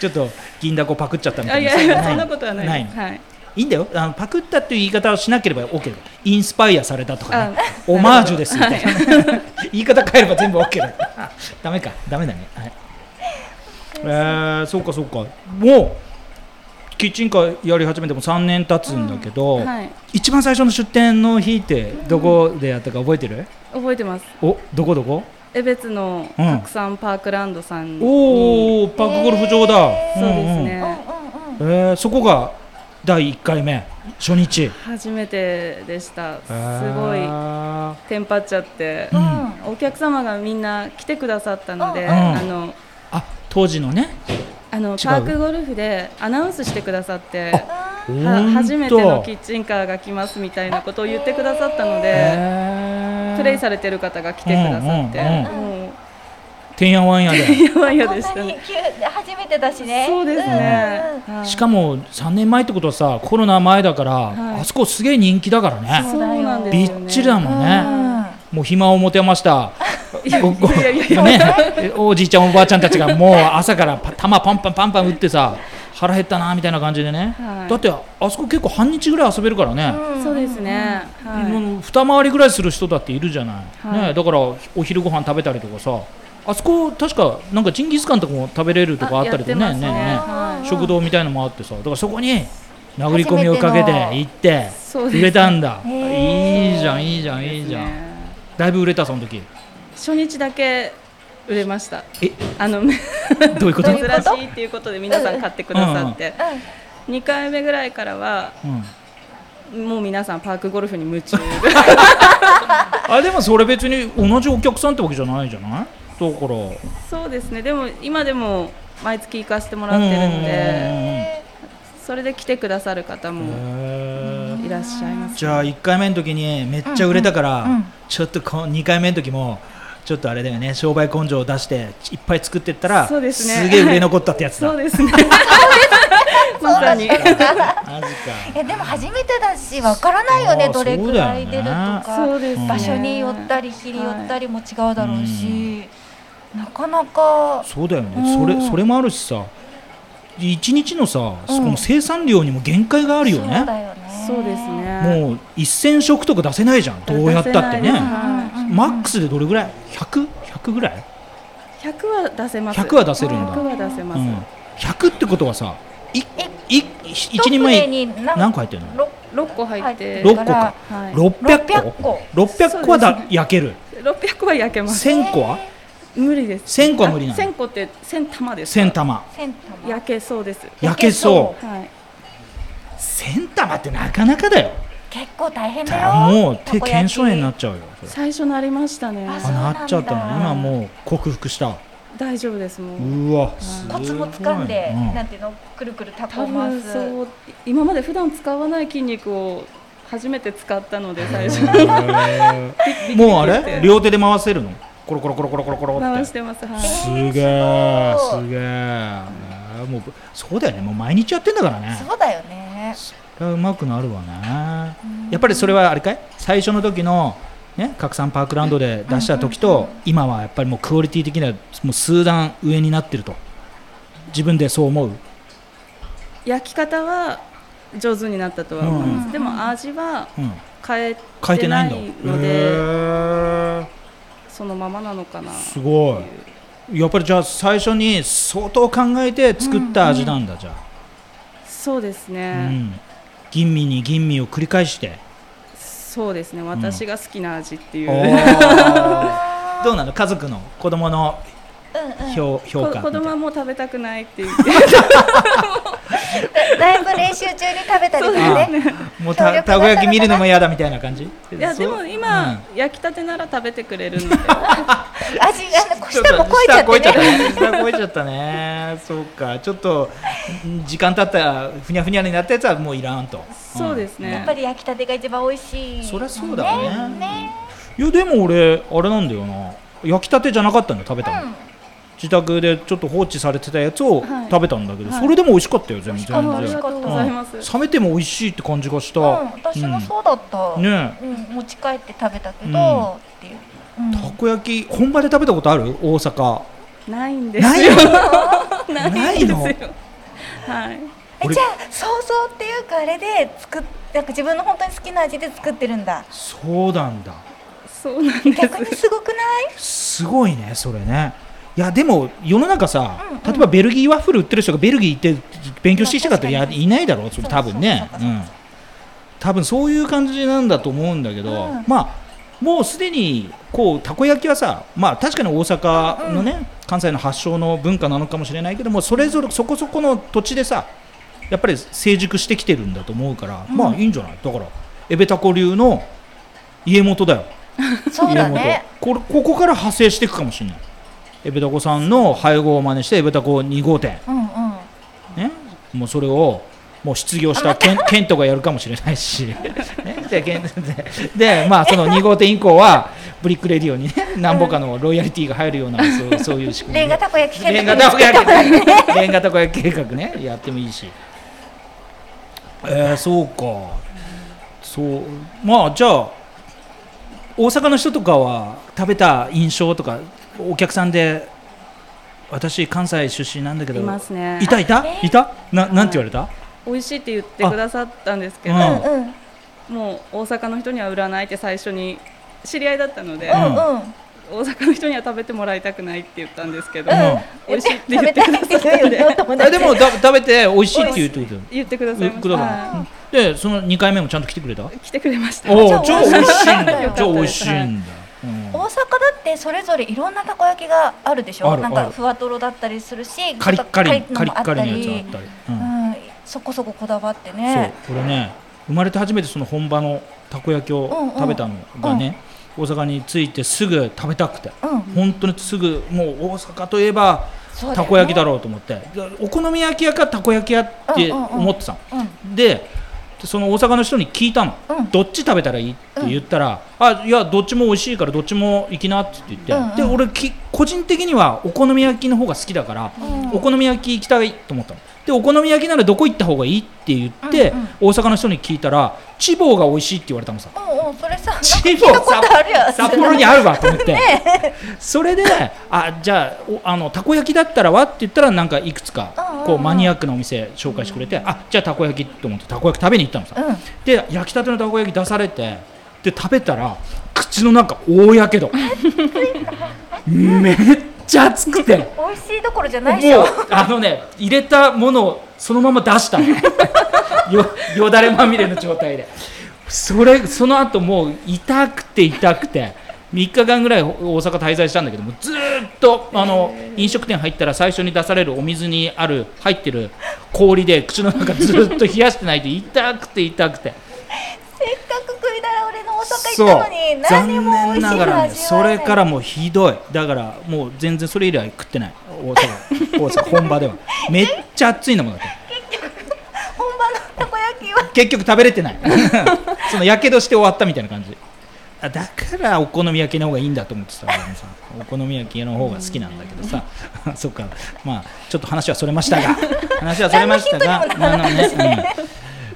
B: ちょっと銀だこパクっちゃったみた
D: あ、い
B: いな。
D: やいや、そんなことはない
B: ない
D: で
B: の
D: す。。はい。
B: いいんだよ。あのパクったっていう言い方をしなければ OK だ。インスパイアされたとかね
D: あ、
B: オマージュですみたい
D: (laughs)
B: な。言い方変えれば全部 OK だ。 (laughs) あダメか、ダメだね。はい。えー、そうかそうか。もうキッチンカーやり始めても3年経つんだけど。
D: はい。
B: 一番最初の出店の日ってどこでやったか覚えてる、
D: 覚えてます。
B: おどこどこ
D: 江別の
B: うん
D: たくさんパークランドさんに。
B: おおパークゴルフ場だ、
C: へー
D: そうです
B: ん
C: うん
D: ね。
C: うんうん
B: うんえーそこが第1回目初日す
D: 初めてでした。すごい。テンパっちゃって。
B: うん
C: うん
D: お客様がみんな来てくださったので、
C: うん
D: あの
B: 当時のね
D: あの
B: 違う
D: パークゴルフでアナウンスしてくださっては
B: ほんと
D: 初めてのキッチンカーが来ますみたいなことを言ってくださったので
B: へー
D: プレイされてる方が来てくださって
B: うん
D: もう
B: てんやわんや
D: (laughs)
B: で
D: やばいや
C: こん
D: でし
C: な
D: た
C: に
D: ね。
C: 急初めてだしね。
D: そうですね。はい
B: しかも3年前ってことはさコロナ前だから、
D: い
B: あそこすげえ人気だからね
D: そうなんです
B: び
D: よ
B: っ
D: ね
B: ちりだ
C: う
B: もん
C: ん。
B: ね、もう暇を持てました。ごご
D: (laughs) いやいやいや
B: ね、おじいちゃんおばあちゃんたちがもう朝から (laughs) パ弾パンパンパンパン打ってさ腹減ったなみたいな感じでね、
D: はい
B: だってあそこ結構半日ぐらい遊べるからね、
C: うん
D: そうです。ね。は
B: もう二回りぐらいする人だっているじゃない、
D: はい
B: ね、だからお昼ご飯食べたりとかさあそこ確かなんかジンギスカンとかも食べれるとかあったりとか
D: あや
B: ね
D: って
B: ね
D: ますね
B: ね
D: は
B: 食堂みたいのもあってさだからそこに殴り込みをかけて行って
D: そうです
B: 売れたんだ、
C: へー
B: いいじゃんいいじゃん
D: い。
B: いいじゃん、
D: ですね
B: だいぶ売れたその時
D: 初日だけ売れました。
B: え
D: あの
B: (laughs) どういうこと
D: 珍しいっていうことで皆さん買ってくださって、
C: うん。
D: 二回目ぐらいからは
B: うん
D: もう皆さんパークゴルフに
C: (laughs)
D: 夢中で。
B: あでもそれ別に同じお客さんってわけじゃないじゃないだから
D: そうですね。でも今でも毎月行かせてもらってるの
B: うんうん
D: で、
B: うんうん
D: それで来てくださる方も
B: へー
D: いらっしゃいます。
B: じゃあ1回目の時にめっちゃ売れたから、
C: うんうんうん
B: ちょっとこ2回目の時もちょっとあれだよね商売根性を出していっぱい作ってったら
D: そうですね
B: げえ売れ残ったってやつだ
D: そ
B: (laughs)
D: うですね。まさに。
B: マジか
C: えでも初めてだしわからないよ
B: あ
C: ね
B: ー
C: どれくらい出ると
D: そう
C: か、
D: ですね
C: 場所に寄ったり日に寄ったりも違うだろうし、なかなか
B: そうだよね、
C: う
B: そ
C: ん
B: れそれもあるしさ1日のさ、
C: うん
B: その生産量にも限界があるよ
C: そう
B: ね
C: だよね
D: そうですね。
B: もう1000食とか出せないじゃんどうやったってね
D: 出せないです
C: うん
B: マックスでどれぐらい 100?100 ぐらい、
D: 100は出せます。
B: 100は出せるんだ
D: 100は出せます。
B: うん、100ってことはさいい一
C: 一
B: 人前
C: 船に
B: 何
C: 何
B: 個入ってるの
C: 六
D: 6個入って、
B: 六
C: 六
B: 個
C: 個
B: か
C: か
D: はい、
B: 六百
C: 600
B: 個
C: 個
B: 六百個は
D: そう
B: だ
D: で
B: 焼ける。
D: 600は焼けます。
B: 千個は
D: 無理です。
B: 千個は無理な
D: あ千
B: の。
D: 個って千玉ですか。
B: 千。玉
C: 千玉
D: 焼けそうです。
B: 焼けそう。
D: はい。
B: 千玉ってなかなかだよ。
C: 結構大変だよ
B: もう手
C: たこ焼
B: 腱鞘
C: き
B: 炎になっちゃうよ。それ
D: 最初なりましたね。
C: あそ
B: あ
C: うなんだ
B: なっちゃったの。今もう克服した。
D: 大丈夫ですもん。
B: うわ。
C: コツも掴んで、
B: うん
C: なんていうのくるくるタコ
D: 多
C: を回
D: 分
C: す
D: そう。今まで普段使わない筋肉を初めて使ったので最初。
B: へーもうあれ両手で回せるの？コロコロコロコロコロコロっ
D: 回
B: て
D: し。てます。はい。
B: すげえ
C: すごい
B: すげえねえ。もうそうだよね。もう毎日やってんだからね。
C: そうだよね
B: うまくなるわねやっぱりそれはあれかい最初の時のね拡散パークランドで出した時と今はやっぱりもうクオリティ的にはもう数段上になってると自分でそう思う
D: 焼き方は上手になったとは思います。
C: うん
D: でも味は
B: うん
D: 変え
B: 変えて
D: て
B: な
D: ないい
B: んだ
D: の
B: へ
D: で、
B: ー
D: そのままなのかな。
B: すごいやっぱりじゃあ最初に相当考えて作った味なんだじゃ
D: そうです
B: あ、う
D: ね。
B: ん、吟味に吟味を繰り返して
D: そうですね。私が好きな味っていう。
B: お (laughs) ーどうなの家族の子供の
C: うんうん
B: 評評
D: こ
B: 価
D: 子
B: みたい
D: 供
B: な
D: はもう食べたくないって言っ
C: だいぶ練習中に食べたりとかね
B: もうたたこ焼き見るのも嫌だみたいな感じ
D: ていやでも今、焼きたてなら食べてくれるので
C: 味あの
B: ちょ
C: 下も超えちゃってね
B: ね下超えちゃったねそうかちょっとん時間経ったらふにゃふにゃになったやつはもういらんと
D: そうですね
B: ん
C: やっぱり焼きたてが一番美味しい、
B: そりゃそうだわね
C: ね
B: いやでも俺あれなんだよな焼きたてじゃなかったの食べたの、
C: うん
B: 自宅でちょっと放置されてたやつを
D: はい
B: 食べたんだけど、
D: はい
B: それでも美味しかったよ全然
C: 美
D: ああ
C: 味
D: り
C: し
D: が
C: かっ
D: とうございます、
B: 冷めても美味しいって感じがした、
C: うん、私もそうだった、
B: うんね
C: うん、持ち帰って食べたけど、
B: うん
C: っていう、うん
B: たこ焼き本場で食べたことある大阪
D: ないんですよ
B: ないよ
D: (laughs) ない
B: ない
D: んです
B: の
D: よはい
C: え
B: 俺
C: じゃあ想像っていうかあれで作っなんか自分の本当に好きな味で作ってるんだ
B: そうなんだ
D: そうなんです
C: 逆にすごくない
B: すごいねそれねいやでも世の中さ、
C: うんうん
B: 例えばベルギーワッフル売ってる人がベルギー行って勉強してきたかってい
C: ま
B: や
C: あ確かに
B: いないだろうそれ
C: そう
B: 多分ね
C: そう
B: う
C: そうそうん
B: 多分そういう感じなんだと思うんだけど、
C: うん
B: まあもうすでにこうたこ焼きはさまあ確かに大阪のね、関西の発祥の文化なのかもしれないけどもそれぞれそこそこの土地でさやっぱり成熟してきてるんだと思うから、まあいいんじゃないだからエベタコ流の家元だよ
C: そうだ
B: 家
C: ね
B: 元これここから派生していくかもしれないエベタコさんの配合を真似してエベタコ2号店、
C: うんうん
B: ね、もうそれをもう失業したケンケントがやるかもしれない
C: (laughs)
B: し、ね、でケントでで、まあ、その2号店以降はブリックレディオにね何ぼかのロイヤリティが入るようなそうそういう仕組み
C: レンガたこ焼き
B: レン
C: 計画
B: ガたこ焼きレンガたこ焼き計画ねやってもいいしえー、そうかそうまあじゃあ大阪の人とかは食べた印象とかお客さんで私関西出身なんだけど
D: いますね
B: いたいた
C: えー
B: いたな
D: はい
B: なんて言われた
D: 美味しいって言ってくださったんですけど、
B: あ
C: うんうん
D: もう大阪の人には売らないって最初に知り合いだったので、
B: ん
C: うんうん
D: 大阪の人には食べてもらいたくないって言ったんですけど、
B: うん
D: 美味しいって言ってくださった
C: 食べたい
D: の
C: って言うよねお
D: で
C: 友
B: あ
C: 達
B: でもだ食べて美味しいって言うってことだよ
D: 言ってくださいまし
B: くださ
D: はい
B: でその2回目もちゃんと来てくれたお
D: い来てくれました
B: おー
C: じ
B: 超
C: ゃあ
B: 美味しいんだ
C: よかったです
B: 超美味しいんだ、うん
C: 大阪だってそれぞれいろんなたこ焼きがあるでしょ
B: ある
C: なん
B: あ
C: か
B: る
C: ふわとろだったりするし
B: カリッカリ
C: ちょっと
B: カリッカリのやつあ
C: り
B: ったり、う
C: うんんそこそここだわって
B: そう
C: ね
B: これね生まれて初めてその本場のたこ焼き
C: うん
B: を
C: うん
B: 食べたのがね、大阪に着いてすぐ食べたくて
C: うん
B: 本当にすぐもう大阪といえば
C: そうだよ
B: た
C: ね
B: こ焼きだろうと思ってお好み焼き屋かたこ焼き屋って
C: うんうんうん
B: 思ってたの、
C: うん
B: でその大阪の人に聞いたの、
C: うん
B: どっち食べたらいいって言ったら、あいやどっちも美味しいからどっちも行きなって言って、
C: うんうん
B: で俺き個人的にはお好み焼きの方が好きだから、
C: うん
B: お好み焼き行きたいと思ったのでお好み焼きならどこ行った方がいいって言って、
C: うんうん
B: 大阪の人に聞いたら千房が美味しいって言われたのさ
C: うんうんそれさなんか
B: 千
C: 聞い
B: 房
C: たことあるやん
B: 札幌にあるわと思って、それであじゃあおあのたこ焼きだったらはって言ったらなんかいくつ
C: うんうん
B: か
C: うん
B: こうマニアックなお店紹介してくれて、あじゃあたこ焼きと思ってたこ焼き食べに行ったのさ、
C: うん
B: で焼きたてのたこ焼き出されてで食べたら口の中大やけどめっちゃ熱くて。
C: 美味しいどころじゃないでし
B: も
C: ょ
B: うあのね入れたものをそのまま出したのよよだれまみれの状態でそれその後もう痛くて痛くて3日間ぐらい大阪滞在したんだけどもずーっとあの飲食店入ったら最初に出されるお水にある入ってる氷で口の中ずーっと冷やしてないと痛くて痛くて
C: せっかく食いだら俺の大阪行ったのに何にも美味しいの味わえない
B: それからもうひどいだからもう全然それ以来食ってない大阪大阪本場で
C: (laughs)
B: はめっちゃ暑いのもんだって
C: 本場のたこ焼きは
B: 結局食べれてない (laughs) そのやけどして終わったみたいな感じあだからお好み焼きの方がいいんだと思ってたからさお好み焼きの方が好きなんだけどさ (laughs) そっかまあちょっと話はそれましたが話はそれましたが
C: 何のヒントにも
B: まああの
C: ならな
B: ねうん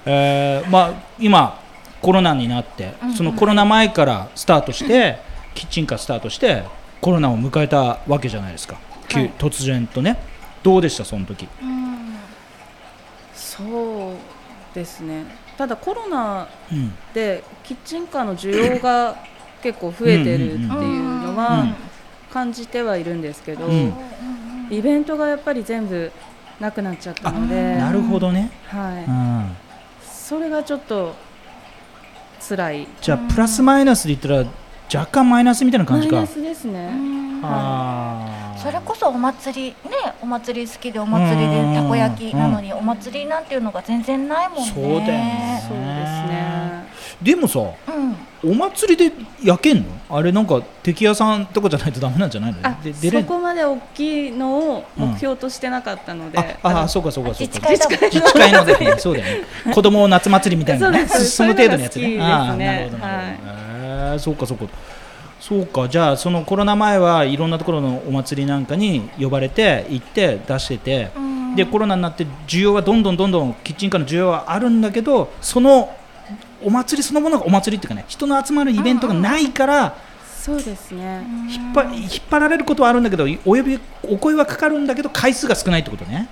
B: えーまあ今コロナになってそのコロナ前からスタートしてキッチンカースタートしてコロナを迎えたわけじゃないですか、急
D: はい
B: 突然とねどうでしたその時
C: うん
D: そうですねただコロナ
B: うん
D: でキッチンカーの需要が
B: (coughs)
D: 結構増えてるっていうの
B: う
D: は
B: ん
D: 感じてはいるんですけど、
B: うん
D: イベントがやっぱり全部なくなっちゃったので
B: なるほどね、
D: はい
B: うん
D: それがちょっと辛い
B: じゃあプラスマイナスで言ったら若干マイナスみたいな感
D: マ
B: じ
D: イ
B: か
D: ナスですね、
B: あー
C: それこそお祭りねお祭り好きでお祭りでたこ焼きなのにお祭りなんていうのが全然ないもんね
B: そうだよね
D: そうですね
B: でもさ
C: うん
B: お祭りで焼けんのあれなんか敵屋さんとかじゃないとダメなんじゃないの
D: あ
B: で出れ
D: そこまで大きいのを目標としてなかったので、
B: ああそうかそうかそう
C: 自治
B: か
C: 会だもん
B: 自治会のねそうだ
D: (laughs)
B: よね子供夏祭りみたいなね
D: そうです
B: その程度のやつ
D: そうい
B: ね
D: うの
B: あ
D: が
B: あ
D: 好きですね
B: なるほどなるほど、へえそうかそうかそうかじゃあそのコロナ前はいろんなところのお祭りなんかに呼ばれて行って出してて、
C: うん
B: でコロナになって需要はどんどんどんどんキッチンカーの需要はあるんだけどそのお祭りそのものがお祭りっていうかね人の集まるイベントがないから
D: そうですね、
B: 引っ張引っ張られることはあるんだけどお呼びお声はかかるんだけど回数が少ないってことね、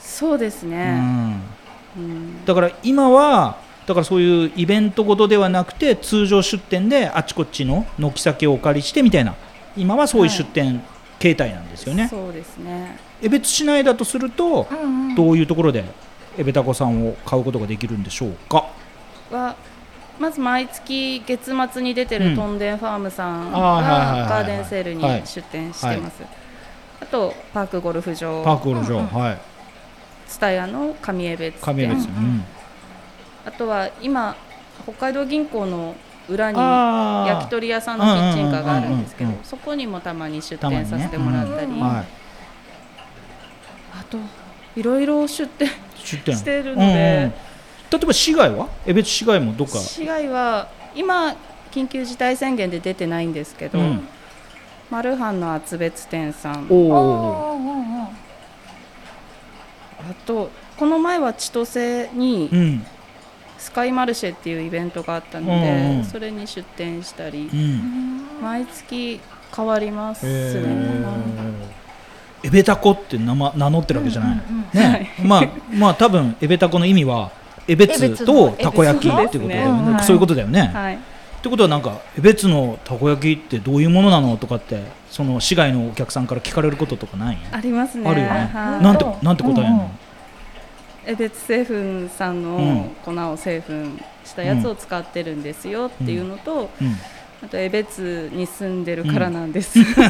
D: そうです
B: う
D: ね、
B: ん、
D: うん
B: だから今はだからそういうイベントごとではなくて通常出店であちこちの軒先をお借りしてみたいな今はそういう出店形態なんですよね。
D: そうですね
B: 江別市内だとすると
C: うんうん
B: どういうところでエベタコさんを買うことができるんでしょうか。
D: はまず毎月月末に出て
B: うん
D: るトンデンファームさんが
B: あーはいはいはいはい
D: ガーデンセールに
B: はい
D: 出店してます、あとパークゴルフ
B: パー
D: 場
B: クゴルフ場、
C: うんうん
B: はい、
D: ツタヤの上江別
B: 亀
D: 店
B: 別、
C: う
B: うんん
C: うん
D: あとは今北海道銀行の裏に
B: あー
D: 焼き鳥屋さんのキッチンカーがあるんですけど
B: うんうんうんうん
D: そこにもたまに出
B: たまに
D: 店
B: ね
D: させてもらったり、
C: うん
B: は
D: あといろいろ出店
B: い、出店
D: してる
B: う
D: ので
B: んうん例えば市外は江別市外もどっか、
D: 市外は今緊急事態宣言で出てないんですけど、
B: うん、
D: マルハンの厚別店さん
B: おお
C: おーおーおーおー
D: あとこの前は千歳に
B: うん
D: スカイマルシェっていうイベントがあったので、
B: うんうん
D: それに出店したり
B: う、
C: うんん
D: 毎月変わります
B: え
D: ね。
B: エベタコって名,、ま、名乗ってるわけじゃない、
C: うんうんうん
B: ね、まあまあ多分エベタコの意味はエベツとたこ焼きっていうことだよ
D: エベツのエ
B: ね、
D: ベツですね
B: そういうことだよね、
D: はい、
B: ってことはなんかエベツのたこ焼きってどういうものなのとかってその市外のお客さんから聞かれることとかない
D: ありますね。
B: あるよね
D: はい
B: なんてなんて答えるの、
D: 江別製粉さん
B: うん
D: の粉を製粉したやつを使ってるんですよっていうのと、
B: うん
D: あと江別に住んでるからなんです、 (laughs) 別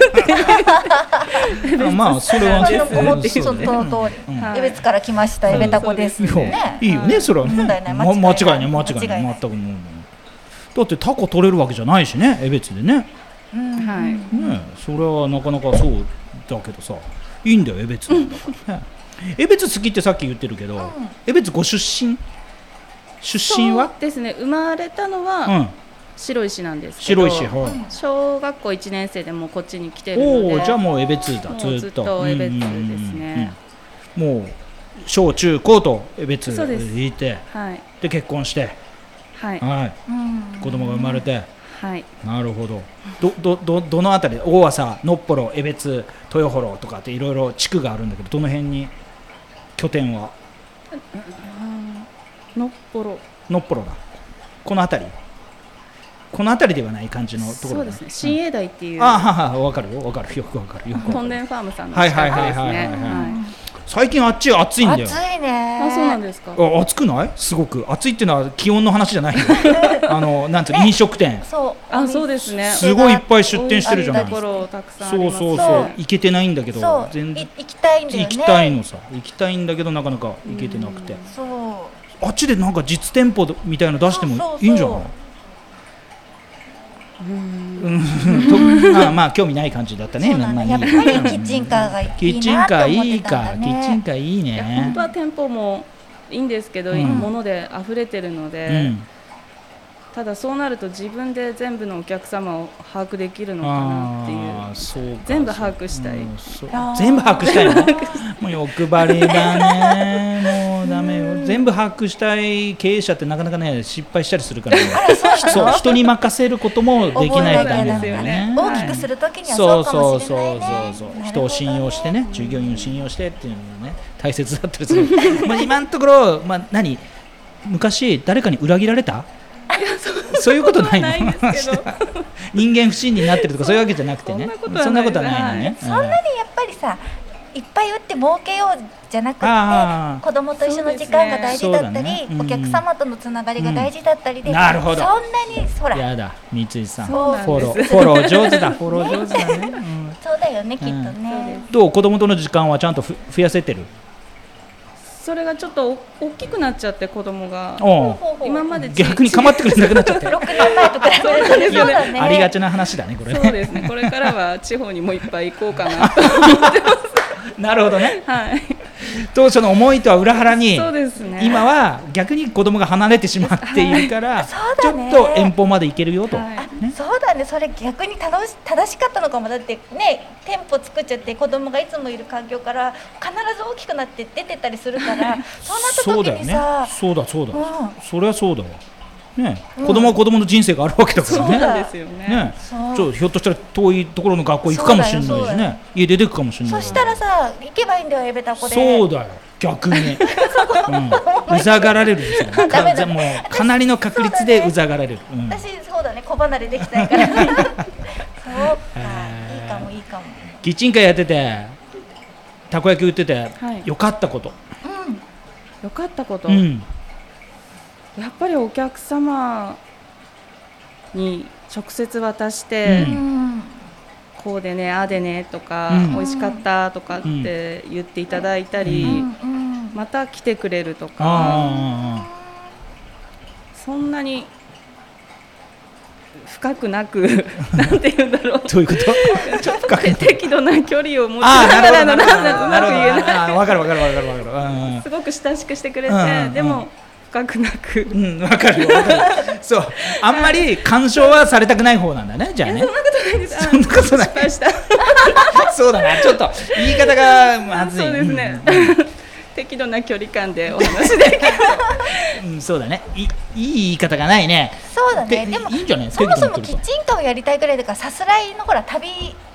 B: あまあそれは
D: そう
B: ね
D: で
B: う
D: す思って
B: んそうだよね
C: その通
B: うん
D: はい
C: 江別から来ました江別タコです
B: い
C: ね
B: やいいよね、
D: はい
B: それはね
C: そうだよね
B: ま間
C: 間違い
B: 違
C: ない
B: いね間違い
C: 間違
B: ね
C: いない
B: 全くもうだってタコ取れるわけじゃないしね江別でね
C: うん
D: はい
B: ねそれはなかなかそうだけどさいいんだよ江別なんだからね江別好きってさっき言ってるけど、
C: ん
B: 江別ご出身出身は
D: そうですね生まれたのは
B: うん
D: 白石なんですけど、
B: 白いし、はい
D: 小学校1年生でもうこっちに来てるの
B: お
D: で
B: おーじゃあもう江別だ
D: もう
B: ずーっと
D: ずっと江別ですね
B: うんうんうんもう小中高と江別
D: そうです
B: にいて
D: はい
B: で結婚して、
D: はい
B: はい、
C: うん
B: 子供が生まれて、
D: はい
B: なるほどどどどどの辺り大浅のっぽろ江別豊幌とかっていろいろ地区があるんだけどどの辺に拠点は
D: のっぽろ
B: のっぽろだこの辺りこの辺りではない感じのところ
D: そうですね新栄台っていう
B: ああははわかるよわかるよくわかるよくわか
D: ト
B: る
D: ンデンファームさんの
B: はい
D: 近
B: はい
D: く
B: はい
D: で
B: はい
D: す
B: はい
D: ね
B: はい
D: はい
B: 最近あっち暑いんだよ
C: 暑いね
D: あそうなん
C: す
D: ですか
B: あ暑くないすごく暑いっていうのは気温の話じゃないよ
C: (laughs)
B: あのなんつうの飲食店
C: そう
D: あそうですね
B: すごいいっぱい出店してるじゃない
D: 美味しいところをたくさんあり
B: そう
D: ます
B: そう
C: そ
B: そう
C: う
B: 行けてないんだけど
C: そう
B: 全
C: い
B: 然
C: 行きたいんだよね
B: 行きたいのさ行きたいんだけどなかなか行けてなくて
C: そう
B: あっちでなんか実店舗みたいの出して
C: そ
B: も
C: うそうそう
B: いいんじゃないうん (laughs) とまあまあ興味ない感じだったね
C: そうなん
B: ま
C: だ
B: あ
C: やっぱりキッチンカーがいいな
B: キッチンカーいいか
C: と思ってたんだね
B: キッチンカーいい
D: いや本
B: ね
D: 当は店舗もいいんですけど、
B: うん
D: 物で溢れてるので、
B: うん
D: ただそうなると自分で全部のお客様を把握できるのかなって
B: あー
D: い
B: そうか
D: 全部把握したい
B: うんそう
C: あー
B: 全部把握したい
C: (laughs)
B: のもう欲張りだねもうダメよ全部把握したい経営者ってなかなかね失敗したりするからねそう人に任せることもできないから
D: 覚えなきゃ
B: ね
D: ね
C: 大きくするときには
B: そ
C: そううか
B: そ
C: も
B: う
C: し
B: そ
C: れ
B: う
C: ないね
B: そう
C: なるほどね
B: 人を信用してね従業員を信用してっていうのがね大切だったりするまあ今のところまあ何昔誰かに裏切られたそういうことないの
D: ないんですけど
B: 人間不信になってるとかそういうわけじゃなくてね
D: そんなことはな
B: そんなことは
D: い
B: ないのね
C: そんなにやっぱりさいっぱい打って儲けようじゃなく
B: あー
C: て子供と一緒の時間が大事だった
B: そうだ
C: り、
B: ね
C: お客様とのつながりが大事だったりで、
B: うんなるほど
C: そんなにほ
B: う
C: ら
B: んやだ三井さんフ
C: そうなんです
B: ォローフォロー上手だフォロー上手だね、うん
C: そうだよねきっと
D: そう
C: ね
D: で、
B: どう子供との時間はちゃんとふ増やせてる
D: それがちょっとお大きくなっちゃって子供が
B: おう
D: 今まで
B: 逆に構ってくれなくなっちゃって
C: 6年前と比べると (laughs) そうだね
B: ありがちな話だねこれ
D: そう
B: ね
D: ですねこれからは地方にもいっぱい行こうか
B: (laughs)
D: なと
B: なるほどね
D: はい
B: 当初の思いとは裏腹に
D: そうですね
B: 今は逆に子供が離れてしまっているから
C: (laughs) そう
B: ち
C: だ
B: ょっ
C: ね
B: と遠方まで行けるよと
D: はい
C: そうだねそれ逆に正し正しかったのかもだってね店舗作っちゃって子供がいつもいる環境から必ず大きくなって出てったりする
B: (laughs)
C: からそうなった時にさ
B: そうだよねそうだそうだ、
C: う
B: そりゃそうだわね、
C: うん
B: 子供は子供の人生があるわけだから
D: そう
B: ね
D: なんですよね
B: ね
C: そ
B: ちょっ
C: う
B: とひょっとしたら遠いところの学校行くかもしれないし
C: そうだよそうだ
B: ね家出てくかもしれない
C: そしたらさ行けばいいんだよエベタコで
B: そうだよ逆
C: (laughs)
B: に、 (laughs) うん、うざがられるんですよ
C: ダメだ
B: かもうかなりの確率でうざがられる、うん
C: 私そうだね小離れできたいか
B: (laughs)
C: らそうかいいかもいいかも
B: キッチンカーやっててたこ焼き売ってて、
D: はい
B: よかったこと、
C: うん
D: 良かったこと、
B: うん、
D: やっぱりお客様に直接渡して、
B: う
C: うん
D: こうでねああでねとか、
B: うん
D: 美味しかったとかって言っていただいたり、
B: う
C: うん
D: また来てくれるとか
B: あ
D: そんなに深くな
B: (laughs)
D: くなんて言うんだろう
B: どういう
D: (laughs)
B: ことちょっと深く
D: 適度な距離を持ち
B: ああ
D: な
B: なるほど
D: がらのなん
B: な
D: だ
B: る
D: とうま
B: ほ
D: く
B: ど
D: 言えない
B: あーわかるわかるわかるわかるうん
D: すごく親しくしてくれ
B: うんうんう
D: て
B: ん
D: でも深くなく
B: うん、わかるよ、わかる。そう、あんまり干渉はされたくない方なんだね、じゃあね。そんなことない
D: 失敗した
B: そうだな、ちょっと言い方がまずい。
D: そうですね
B: うん
D: (laughs) 適度な距離感でお話
B: (laughs)
D: できる
B: うん、そうだね、い、いい言い方がないね。
C: そうだね
B: で
C: でも
B: いいんじゃない
C: そもそも
B: テクニック
C: キ
B: と
C: ッチンカーをやりたいぐらいだからさすらいのほら旅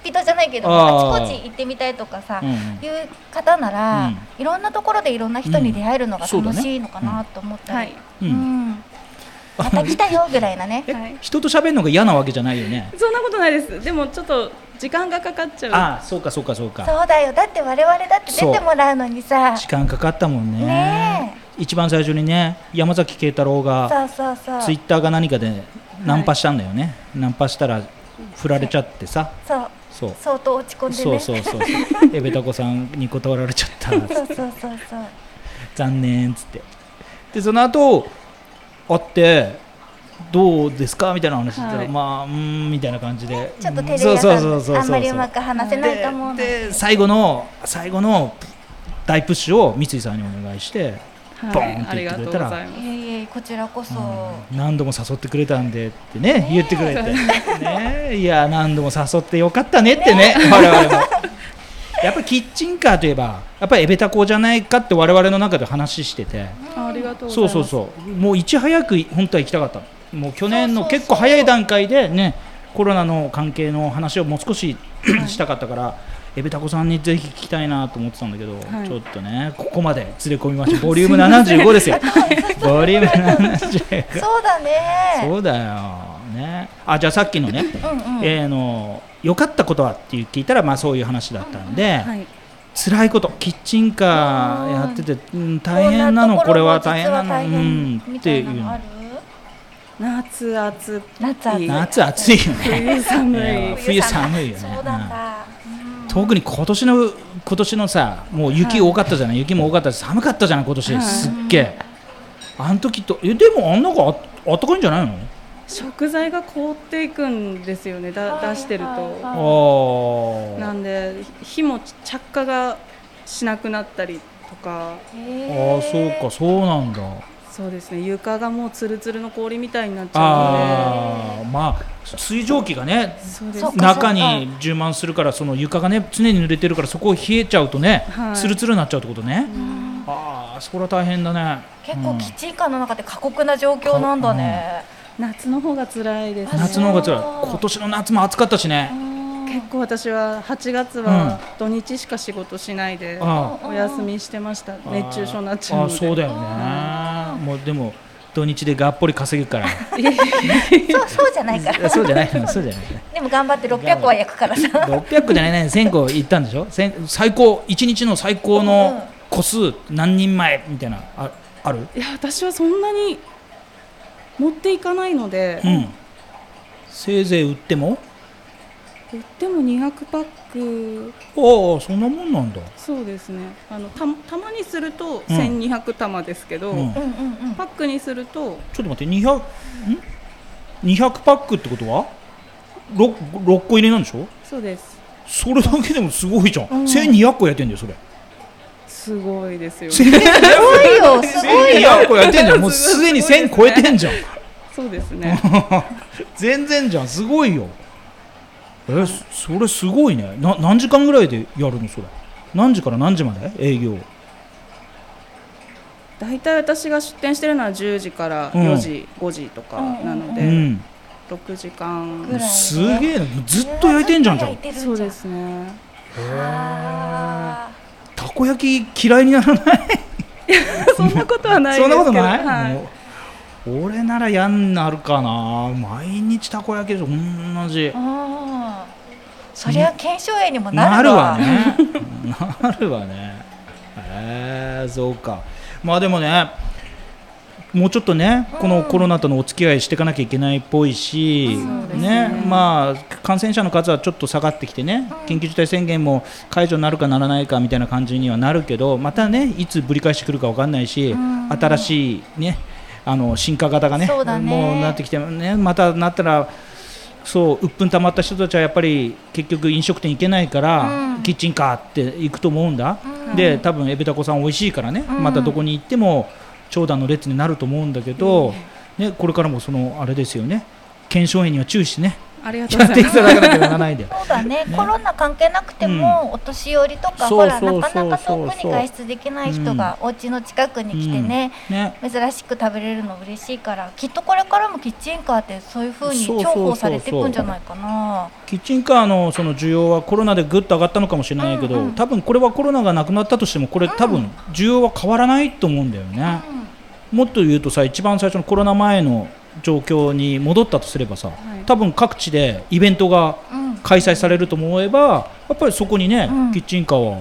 C: 人じゃないけど
B: あ
C: あ
B: ー
C: ちこち行ってみたいとかさ、
B: うん
C: いう方なら、
B: うん
C: いろんなところでいろんな人に出会えるのが
B: うんそうだ
C: 楽
B: ね
C: しいのかなと思った
D: は
C: り
D: い、。
B: う
C: うん
B: ん、
C: ま
B: (laughs)
C: た来たよぐらいなね
D: はい
B: 人と喋るのが嫌なわけじゃないよね。
D: そんなことないですでもちょっと時間がかかっちゃう
B: ああ、そうか、そうか、そうか。
C: そうだよだって我々だって出てもらうのにさ
B: 時間かかったもんね。
C: ね
B: 一番最初にね、山崎慶太郎が
C: そうそうそう
B: ツイッターが何かでナンパしたんだよね。ナンパしたら振られちゃってさ。
C: そう
B: そう。
C: 相当落ち込んで
B: そ
C: ね
B: うそうそう
C: (laughs)
B: エベタコさんに断られちゃった
C: そうそうそうそう
B: 残念っつってでその後会ってどうですかみたいな話してたら、
D: はい
B: まあうーんみたいな感じで
C: ちょっと
B: うん
C: 照れ
B: そう
C: 屋
B: そう
C: さ
B: そうんそうそう
C: あんまりうまく話せないと思うの
B: でで最後の最後の大プッシュを三井さんにお願いして、
D: はい
B: ボーンって
D: あり
B: 言っ
D: が
B: てく
D: と
B: れ
D: うご
B: たら
D: ざいます
C: いえいえこちらこそ、
B: うん何度も誘ってくれたんでってね言ってくれて、ね、いや何度も誘ってよかったねって
C: (laughs)
B: ね我々も。やっぱりキッチンカーといえばやっぱりエベタコじゃないかって我々の中で話してて
D: あありがとうござい
B: そ
D: ま
B: う
D: す
B: そうそうもういち早く本当は行きたかったもう去年の
C: そうそうそう
B: 結構早い段階でねコロナの関係の話をもう少ししたかったから
C: (laughs)
B: エベタコさんにぜひ聞きたいなと思ってたんだけど、
D: はい
B: ちょっとねここまで連れ込みましたボリューム75ですよボリューム75
C: そうだね
B: そうだよ、ね、あじゃあさっきのね、
C: うんうん
B: えーの良かったことはっていう聞いたら、まあ、そういう話だったんで、
D: はい
B: 辛いことキッチンカーやってて、うん、大変なのこれは大変なの、うん、
C: み
B: ったて
C: い
B: い
C: な
B: う
C: のある
D: 夏暑
C: 夏暑い
B: 夏暑いよね
D: 冬寒い
B: ね冬寒いよね
C: そうなんだ、うん
B: 特に今年の今年のさもう雪多かったじゃない、雪も多かったし寒かったじゃない今年、
D: はい
B: すっげえあの時とえでもあんながああったかいんじゃないの
D: 食材が凍っていくんですよねだ出してる
C: はいはいは
D: と
B: あ
C: い
D: な
B: ー
D: んで火も着火がしなくなったりとか
B: あー
C: へえ
B: そうかそうなんだ
D: そうですね床がもうつるつるの氷みたいになっちゃうの
B: ああまあ水蒸気がね
D: でそうです
C: そっか
B: 中に充満するからその床がね常に濡れてるからそこを冷えちゃうとね、
D: はい
B: ツルツルになっちゃうってことね、
C: うん
B: ああそれは大変だね
C: 結
B: う
C: 構
B: ん
C: キッチンカーの中で過酷な状況なんだね、
D: 夏の方が辛いですね
B: 夏の方が辛い
C: あー
B: 今年の夏も暑かったし
C: う
B: ね、
C: ん
D: 結構私は8月は土日しか仕事しないで
B: あ
D: お休みしてました
B: あ
D: 熱中症になっちゃうので
B: あーそうだよ
C: あ
B: ねもうでも土日でがっぽり稼ぐから
D: (laughs)
C: そうそうじゃない
B: (laughs)
C: から
B: そうじゃないのそうじゃない
C: でも頑張って600は焼くからさ
B: 600個じゃないね1000個行ったんでしょ1000最高1日の最高の個数何人前みたいなあある
D: いや私はそんなに持っていかないので、
B: うんせいぜい売っても
D: 売っても200パック
B: ああそんなもんなんだ
D: そうですねあのたたまにすると
B: うん
D: 1200玉ですけど、
B: うん
C: うんうんうん
D: パックにすると
B: ちょっと待って、200ん200パックってことは 6, 六個入りなんでしょ
D: そうです
B: それだけでもすごいじゃん、
C: うん
B: 1200個やってんだよそれ
D: すごいですよ
C: すごいよすごいよ
B: 1200個やってん
C: (laughs)
B: じゃんもうすでに
D: すごい
B: 1000超えてんじゃん
D: そうです
B: (laughs)
D: ね
B: 全然じゃんすごいよえそれすごいねな何時間ぐらいでやるのそれ何時から何時まで営業
D: 大体私が出店してるのは10時から4時、5時とかなの
B: う
D: で、
B: ん
D: 6時間
C: ぐらいね
B: すげえなずっと焼いてんじゃんじゃん
C: ずっと焼いてるんじゃん
D: そうですね
C: あ
B: たこ焼き嫌いにならない
D: そんなことはないで
B: そ
D: す
B: ん
D: け
B: な
D: ど
B: ことない、
D: はい、
B: 俺なら嫌になるかな毎日たこ焼きでしょ同じ
C: ーあーそりゃ検証絵にもな
B: なる
C: るわ
B: わね (laughs) なるわねえー、そうかまあでもねもうちょっとね、このコロナとのお付き合いしていかなきゃいけないっぽいし、
D: うん
B: ね
D: そうですね
B: まあ、感染者の数はちょっと下がってきてね、緊急事態宣言も解除になるかならないかみたいな感じにはなるけど、またね、いつぶり返してくるかわかんないし、新しいね、あの進化型がね
C: そうだね
B: もうなってきて、ね、またなったら、そう鬱憤溜まった人たちはやっぱり結局飲食店行けないから、
C: うん
B: キッチンカーって行くと思うんだ、
C: うん
B: で多分エビタコさん美味しいからね、
C: うん
B: またどこに行っても長蛇の列になると思うんだけど、ね、これからもそのあれですよね検証員には注意してね
D: ありがと
B: (laughs)
D: う
B: や
D: ご
B: っ
D: ざ
B: て
D: い
B: い
D: ま
B: ただかなきゃならないで
C: そうだね
B: ね
C: コロナ関係なくても、お年寄りとか
B: そうそ
C: ほら
B: うそう
C: なかなか
B: そう
C: 遠くに外出できない人がお家の近くに来てね、
B: (laughs) ね
C: 珍しく食べれるの嬉しいからきっとこれからもキッチンカーってそういう風に重宝されていくんじゃないかな。
B: キッチンカーのその需要はコロナでぐっと上がったのかもしれないけど、
C: うんうん
B: 多分これはコロナがなくなったとしてもこれ多分需要は変わらないと思うんだよね、もっと言うとさ一番最初のコロナ前の状況に戻ったとすればさ、
D: い
B: 多分各地でイベントが
C: うんうん
B: 開催されると思えばやっぱりそこにね、
C: うん
B: キッチンカーは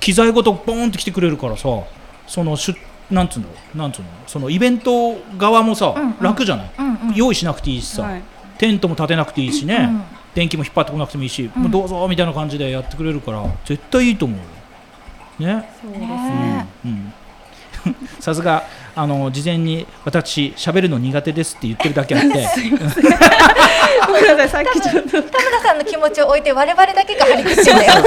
B: 機材ごとボーンって来てくれるからさその出なんつうのなんつうのそのイベント側もさ、
C: うんうん
B: 楽じゃない、
C: うんうん
B: 用意しなくていいし
D: す。
B: さ、
D: はい
B: テントも立てなくていいしね、
C: うん
B: 電気も引っ張ってこなくてもいいし、
C: うん
B: もうどうぞみたいな感じでやってくれるから絶対いいと思うよね
D: そうです
C: ね
D: ね。
B: うん (laughs) さすがあの事前に私喋るの苦手ですって言ってるだけあ
D: (laughs)
B: って
D: (laughs) ごめんなさい、さっきちょっと。
C: 田村さんの気持ちを置いて我々だけが張り切ってんだよ
B: (laughs)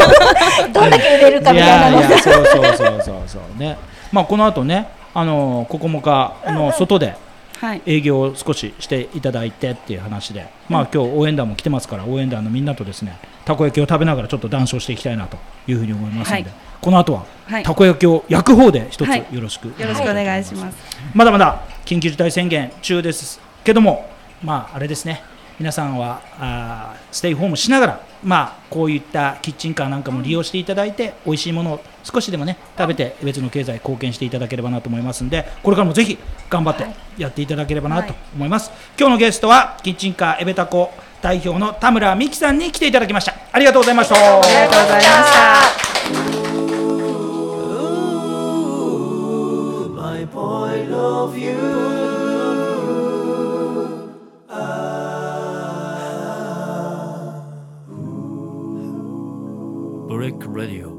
C: どんだけ売れるかみたいなの
B: やいやそうそうそうそうそうねまあこの後ねあの9日の外で
D: はい。
B: 営業を少ししていただいてっていう話で、まあ今日応援団も来てますから応援団のみんなとですねたこ焼きを食べながらちょっと談笑していきたいなというふうに思いますので、
D: はい
B: この後は
D: はい
B: たこ焼きを焼く方で一つ
D: はい
B: よろしく、
D: よろしくお願いします。
B: まだまだ緊急事態宣言中ですけども、まあ、あれですね、皆さんはあーステイホームしながら、まあ、こういったキッチンカーなんかも利用していただいて、美味しいものを少しでもね、食べて、別の経済に貢献していただければなと思いますので、これからもぜひ頑張ってやっていただければなと思います。今日のゲストは、キッチンカーエベタコ代表の田村美希さんに来ていただきました。ありがとうございました。
D: ありがとうございました。
A: Ooh, my point of view. Ah. Brick Radio.